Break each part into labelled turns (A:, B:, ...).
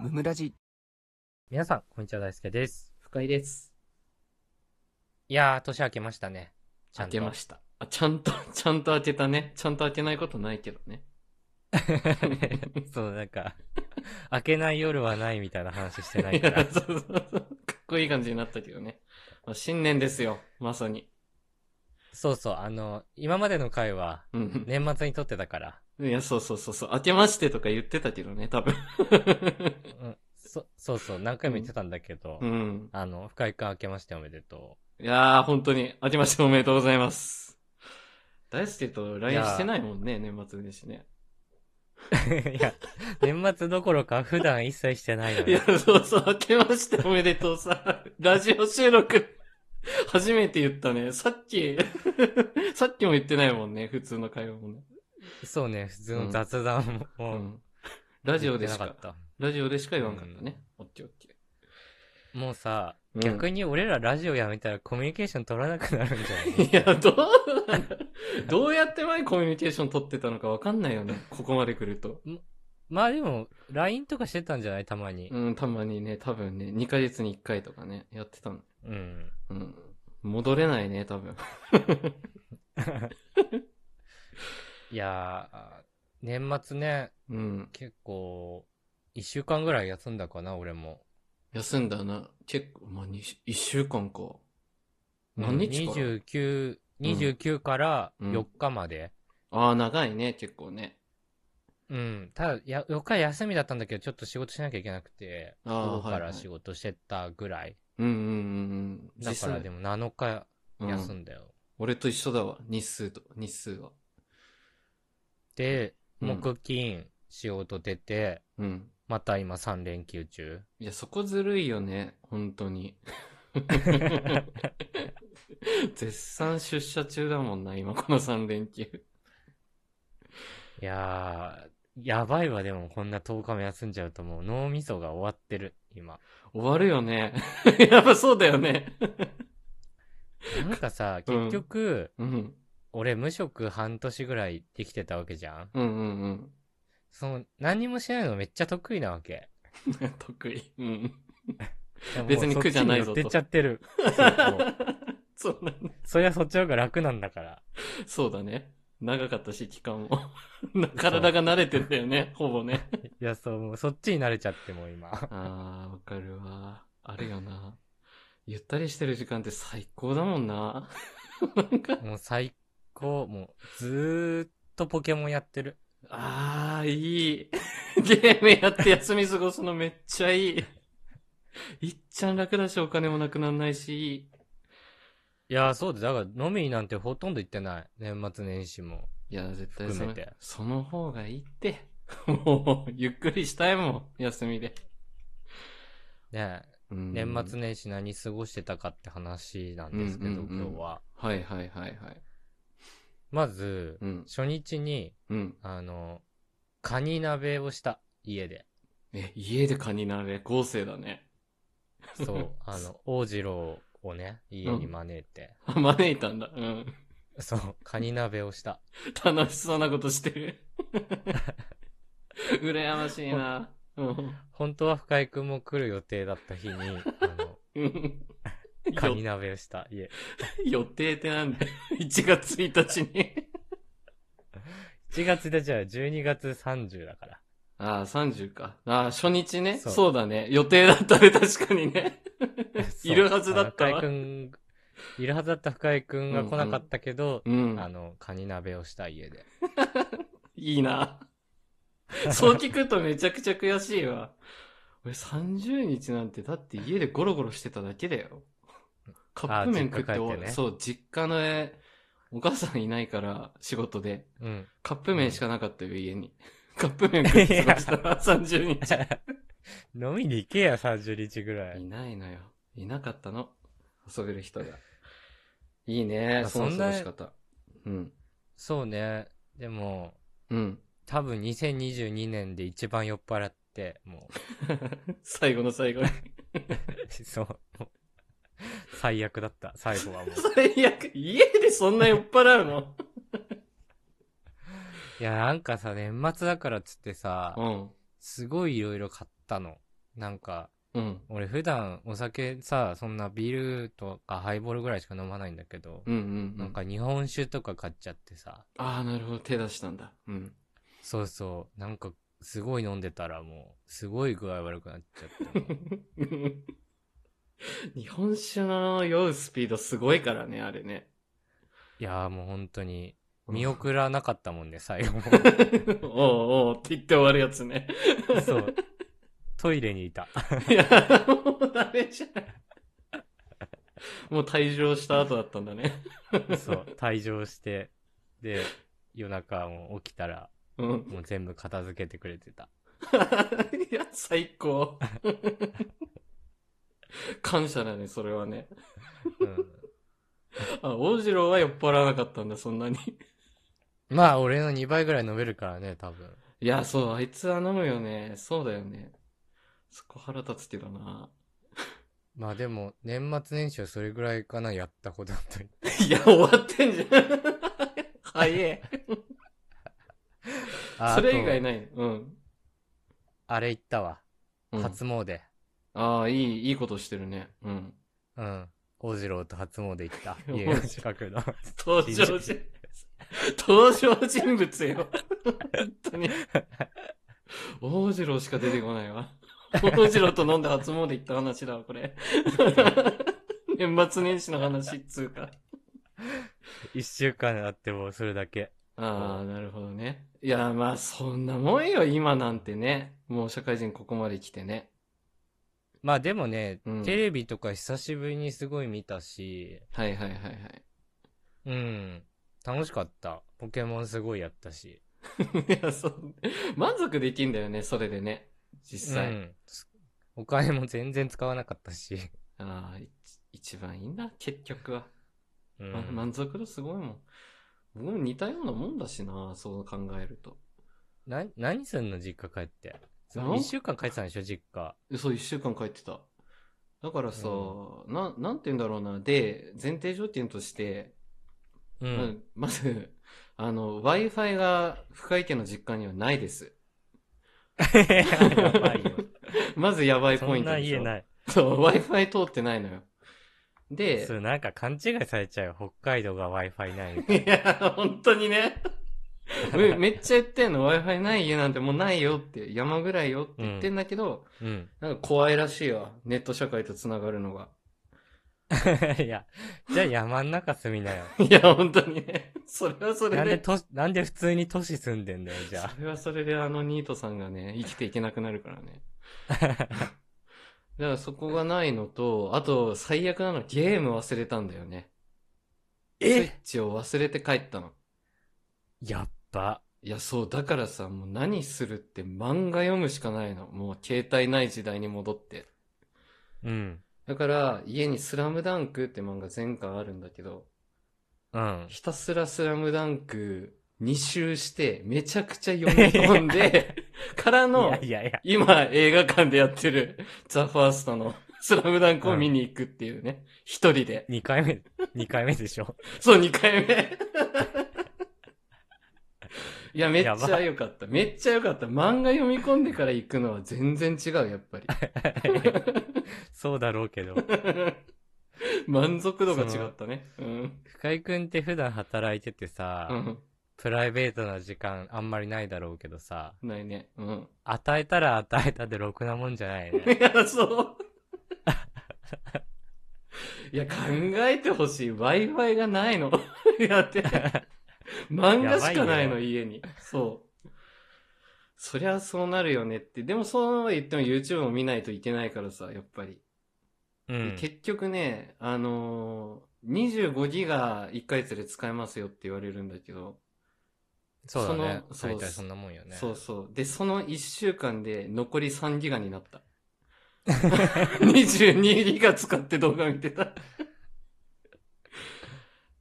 A: ムムラジ
B: 皆さん、こんにちは、大輔です。
C: 深井です。
B: いやー、年明けましたね。ちゃ
C: 開
B: んと。
C: けました。あ、ちゃんと、 ちゃんと開けたね。ちゃんと開けないことないけどね。
B: そう、なんか、明けない夜はないみたいな話して ない
C: い
B: か
C: や
B: ら。
C: そうそうそう。かっこいい感じになったけどね。まあ、新年ですよ。まさに。
B: そうそう、あの、今までの回は、
C: うん。
B: 年末に撮ってたから、
C: いや、そうそうそうそう。開けましてとか言ってたけどね、多分。
B: うん、そそうそう、何回も言ってたんだけど、
C: うん。
B: あの、深い明けましておめでと
C: いやー、本当に、明けましておめでとうございます。大輔と LINE してないもんね、年末年始ね。
B: う。 いや、年末どころか普段一切してないの
C: い
B: に
C: や、、そうそう、明けましておめでとうさ。ラジオ収録、初めて言ったね。さっき、 さっきも言ってないもんね、普通の会話もね。
B: そうね、普通の雑談
C: う
B: も、
C: ん。ラジオで
B: 言
C: し
B: ってな
C: か
B: かっ、た。
C: ラジオでしか言わんかったね。オッケーオッケ
B: もうさ、
C: うん
B: 逆に俺らラジオやめたらコミュニケーション取らなくなるんじゃない
C: ー。いや、どう、 どうやって前コミュニケーション取ってたのかわかんないよね。ここまで来ると。
B: まあでも、LINE とかしてたんじゃないたまに。
C: うん、たまにね、多分ね、2ヶ月に1回とかね、やってたの。
B: うん。
C: うん。戻れないね、多分。
B: いやー、年末ね、
C: うん。
B: 結構、一週間ぐらい休んだかな、俺も。
C: 休んだな。結構、まあ、にし一週間か。
B: うん
C: 何日から
B: ?29、29から
C: うん
B: 4日まで。
C: ああ、長いね、結構ね。
B: うん。ただや、4日休みだったんだけど、ちょっと仕事しなきゃいけなくて、
C: あー
B: 午後か
C: はいは
B: ら
C: い
B: 仕事してたぐらい。
C: うんうんうんうん。
B: だからで
C: も、
B: も7日
C: うん
B: 休んだよ。
C: 俺と一緒だわ、日数と、日数は。
B: で、
C: うん
B: 木金、仕事出て、
C: うん。
B: また今3連休中。
C: いや、そこずるいよね、本当 に。絶賛出社中だもんな、今この3連休。
B: いやー、やばいわ、でもこんな10日も休んじゃうともう脳みそが終わってる、 今。
C: 終わるよね。 やっぱそうだよね。
B: なんかさ、
C: うん
B: 結局、
C: うん。
B: 俺無職半年ぐらいできてたわけじゃん
C: うんうんうん。
B: その、何もしないのめっちゃ得意なわけ。
C: 得意。うん。
B: でも
C: 別に
B: もう
C: 苦じゃないぞと
B: そっちに寄ってっちゃってる。そう もう
C: そうなんだ。
B: そりゃそっちの方が楽なんだから。
C: そうだね。長かったし、期間も。 体が慣れてんだよね、ほぼね。
B: いや、そう、もうそっちに慣れちゃってもう 今。
C: あー、わかるわ。あるよな。ゆったりしてる時間って最高だもんな。なんか、
B: もう最高、もうずーっとポケモンやってる。
C: あー、いい。ゲームやって休み過ごすのめっちゃいい。いっちゃん楽だし、お金もなくなんないし、いい。
B: いや、そうで、だから飲みになんてほとんど行ってない。年末年始も。
C: いや、絶対そ
B: 含め
C: の
B: て、
C: その方がいいって。 もう、ゆっくりしたいもん、休みで。
B: ねえ
C: うん
B: 年末年始何過ごしてたかって話なんですけど、
C: うんうんうん
B: 今日は。
C: はいはいはいはい。
B: まず、
C: うん。
B: 初日に、
C: うん。
B: あの、カニ鍋をした、家 で。
C: え、家でカニ鍋、豪勢だね。
B: そう、あの、大次郎をね、家に招いて、
C: あ招いたんだ。うん。
B: そう、カニ鍋をした。
C: 楽しそうなことしてる。 羨ましいな。うん
B: 本当は深井くんも来る予定だった日 に、あの、
C: うん。
B: カニ
C: よ
B: 鍋をした、家。
C: 予定ってなんだよ 1月1日に。
B: 1月でじゃあ12月30だから。
C: ああ、30か。ああ、初日ね
B: そ
C: そうう。だね。予定だったね、確かにね。
B: そう
C: いるはずだった
B: あ
C: わ
B: の深井くん、いるはずだった深井くんが来なかったけど、
C: うん。
B: あの、カニ鍋をした家で。
C: い いな。そう聞くとめちゃくちゃ悔しいわ。俺30日なんてだって家でゴロゴロしてただけだよ。カップ麺食っ
B: 実家帰っ
C: て
B: て
C: 終わ
B: ね
C: そう、実家のえお母さんいないから仕事で。
B: うん。
C: カップ麺しかなかったよ、家に。 カップ麺食って過ごしたら30日。
B: 飲みに行けや、30日ぐらい
C: い。ないのよ。いなかったの。遊べる人が。いいね、
B: あ
C: その
B: そん
C: 過
B: な
C: ごし方。うん。
B: そうね。でも、
C: うん。
B: 多分2022年で一番酔っ払って、も
C: 最後の最後に。
B: う、 そう、もう最悪だった、最後 はもう。
C: 最悪。家でそんな酔っ払 うの
B: いや、なんかさ、年末だからっつってさ、
C: うん。
B: すごいいろいろ買ったの。なんか、
C: うん。
B: 俺普段お酒さ、そんなビールとかハイボールぐらいしか飲まないんだけど、
C: うんうん、う
B: なん
C: ん。
B: か日本酒とか買っちゃってさ、
C: ああ、なるほど。手出したんだ。 うん。
B: そうそう、なんかすごい飲んでたらもう、すごい具合悪くなっちゃってもう
C: 日本酒の酔うスピードすごいからね、あれ ね。
B: いやーもう本当に、見送らなかったもんね、最 後も。
C: おうおうって言って終わるやつ ね。
B: そう。トイレにいた。
C: いや、もうダメじゃん。もう退場した後だったんだね。
B: そう、退場して、で、夜中も起きたら、
C: うん。
B: もう全部片付けてくれてた。
C: いや、最 高。感謝だね、それはね。
B: うん、
C: あ、大次郎は酔っ払わなかったんだ、そんなに。
B: まあ、俺の2倍ぐらい飲めるからね、多分。
C: いや、そう、あいつは飲むよね。そうだよね。そこ腹立つけどな。
B: まあでも、年末年始はそれぐらいかな、やったことと言って。
C: いや、終わってんじゃん。 早え。
B: あ
C: それ以外
B: あと
C: ない。うん。
B: あれ行ったわ。
C: うん
B: 初詣。
C: ああ、いい、いいことしてるね。うん。
B: うん。大次郎と初�詣行 った。
C: いや
B: 家の近くの。
C: 登場人 登場人物よ。本当に。大次郎しか出てこないわ。大次郎と飲んで初詣行った話だわ、こ れ。年末年始の話っつうか。
B: 一週間あってもうそれだけ。
C: ああ、なるほどね。いや、まあ、そんなもんよ、今なんてね。もう社会人ここまで来てね。
B: まあでもね、
C: うん
B: テレビとか久しぶりにすごい見たし、
C: はいはいはいはい。
B: うん。楽しかった。ポケモンすごいやったし。
C: いや、そう、満足できんだよね、それでね。実際。
B: うん。お金も全然使わなかったし。
C: ああ、い一番いいんだ、結局は。
B: う
C: ま
B: ん。
C: 満足度すごいもん。僕も似たようなもんだしな、そう考えると。
B: な、何すんの実家帰って。そ
C: な
B: の
C: ん
B: 一週間帰ってたんでしょ実家。
C: そう、一週間帰ってた。だからさ、
B: う
C: な、なんて言うんだろうな。で、前提条件として、
B: う。
C: うんんまず、あの、Wi-Fi が深井家の実家にはないです。
B: やばいよ。
C: まずやばい
B: そ
C: ポイ
B: ん
C: ント
B: な
C: でし
B: 家
C: ょ。
B: ない。
C: そう、Wi-Fi 通ってないのよ。で
B: そ、う、なんか勘違いされちゃうよ。北海道が Wi-Fi ない。
C: いや、本当にね。 めめっちゃ言ってんの、Wi-Fi ない家なんてもうないよって、山ぐらいよって言ってんだけど、
B: うん。
C: なんか怖いらしいわ。ネット社会と繋がるのが。
B: いや、じゃあ山ん中住みなよ。
C: いや、本当にね。それはそれ
B: なんで
C: で。
B: 都、なんで普通に都市住んでんだよ、じゃあ
C: そ。れはそれであのニートさんがね、生きていけなくなるか らね。だからそこがないのと、あと最悪なのゲーム忘れたんだよね。スイッチを忘れて帰ったの。
B: やっば。
C: いや、そう、だからさ、もう何するって漫画読むしかないの。もう携帯ない時代に戻って。
B: うん。
C: だから、家にスラムダンクって漫画全巻あるんだけど、
B: うん。
C: ひたすらスラムダンク2周して、めちゃくちゃ読み込 んで、から
B: い
C: の
B: や、いやいや。
C: 今映画館でやってる、ザ・ファーストのスラムダンクを見に行くっていうね。一、人で。
B: 二回目、二回目でし ょ。
C: そう、2回目。いや、めっちゃ良かった。めっちゃ良かった。漫画読み込んでから行くのは全然違う、やっぱり。
B: そうだろうけど。
C: 満足度が違ったね。うん。
B: 深井くんって普段働いててさ、
C: うん。
B: プライベートな時間あんまりないだろうけどさ、
C: ないね。うん。
B: 与えたら与えたでろくなもんじゃないね。
C: いや、そう。いや、考えてほしい。Wi-Fi がないの。 いやって。漫画しかない
B: やば
C: の、
B: い
C: 家に。そう。そりゃそうなるよねって。でもそうは言っても YouTube も見ないといけないからさ、やっぱり。
B: うん。
C: 結局ね、あのー、25ギガ1ヶ月で使えますよって言われるんだけど、
B: そうだね。
C: その
B: 大体
C: そう
B: そんなもんよね。
C: そうそう。で、その1週間で残り3ギガにな った。22ギガ使って動画見てた。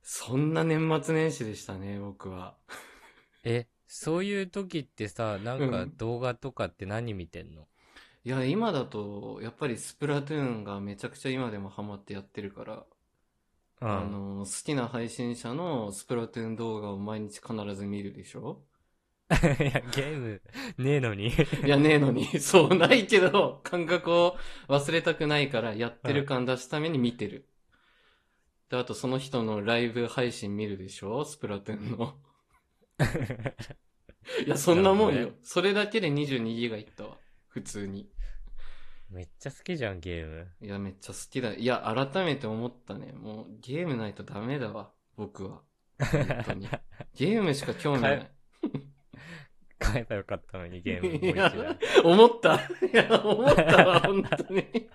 C: そんな年末年始でしたね、僕は。
B: え、そういう時ってさ、なん
C: う
B: か
C: ん
B: 動画とかって何見てんの、
C: いや、今だと、やっぱりスプラトゥーンがめちゃくちゃ今でもハマってやってるから、
B: うん、
C: あの、好きな配信者のスプラトゥーン動画を毎日必ず見るでしょ
B: いや、ゲームねえのに。
C: いやねえのに、 そうないけど、感覚を忘れたくないから、やってる感出すために見てる。で、あとその人のライブ配信見るでしょスプラトゥー ンの。いや、そんなもん
B: なる
C: よ。
B: ほど
C: それだけで22ギガいったわ。普通に。
B: めっちゃ好きじゃん、ゲーム。
C: いや、めっちゃ好きだ。いや、改めて思ったね。もう、ゲームないとダメだわ。僕は。本当に。ゲームしか興味ない。
B: 買えばよかったのに、ゲームもう一
C: いや
B: 台。
C: 思った。いや、思ったわ、本当に。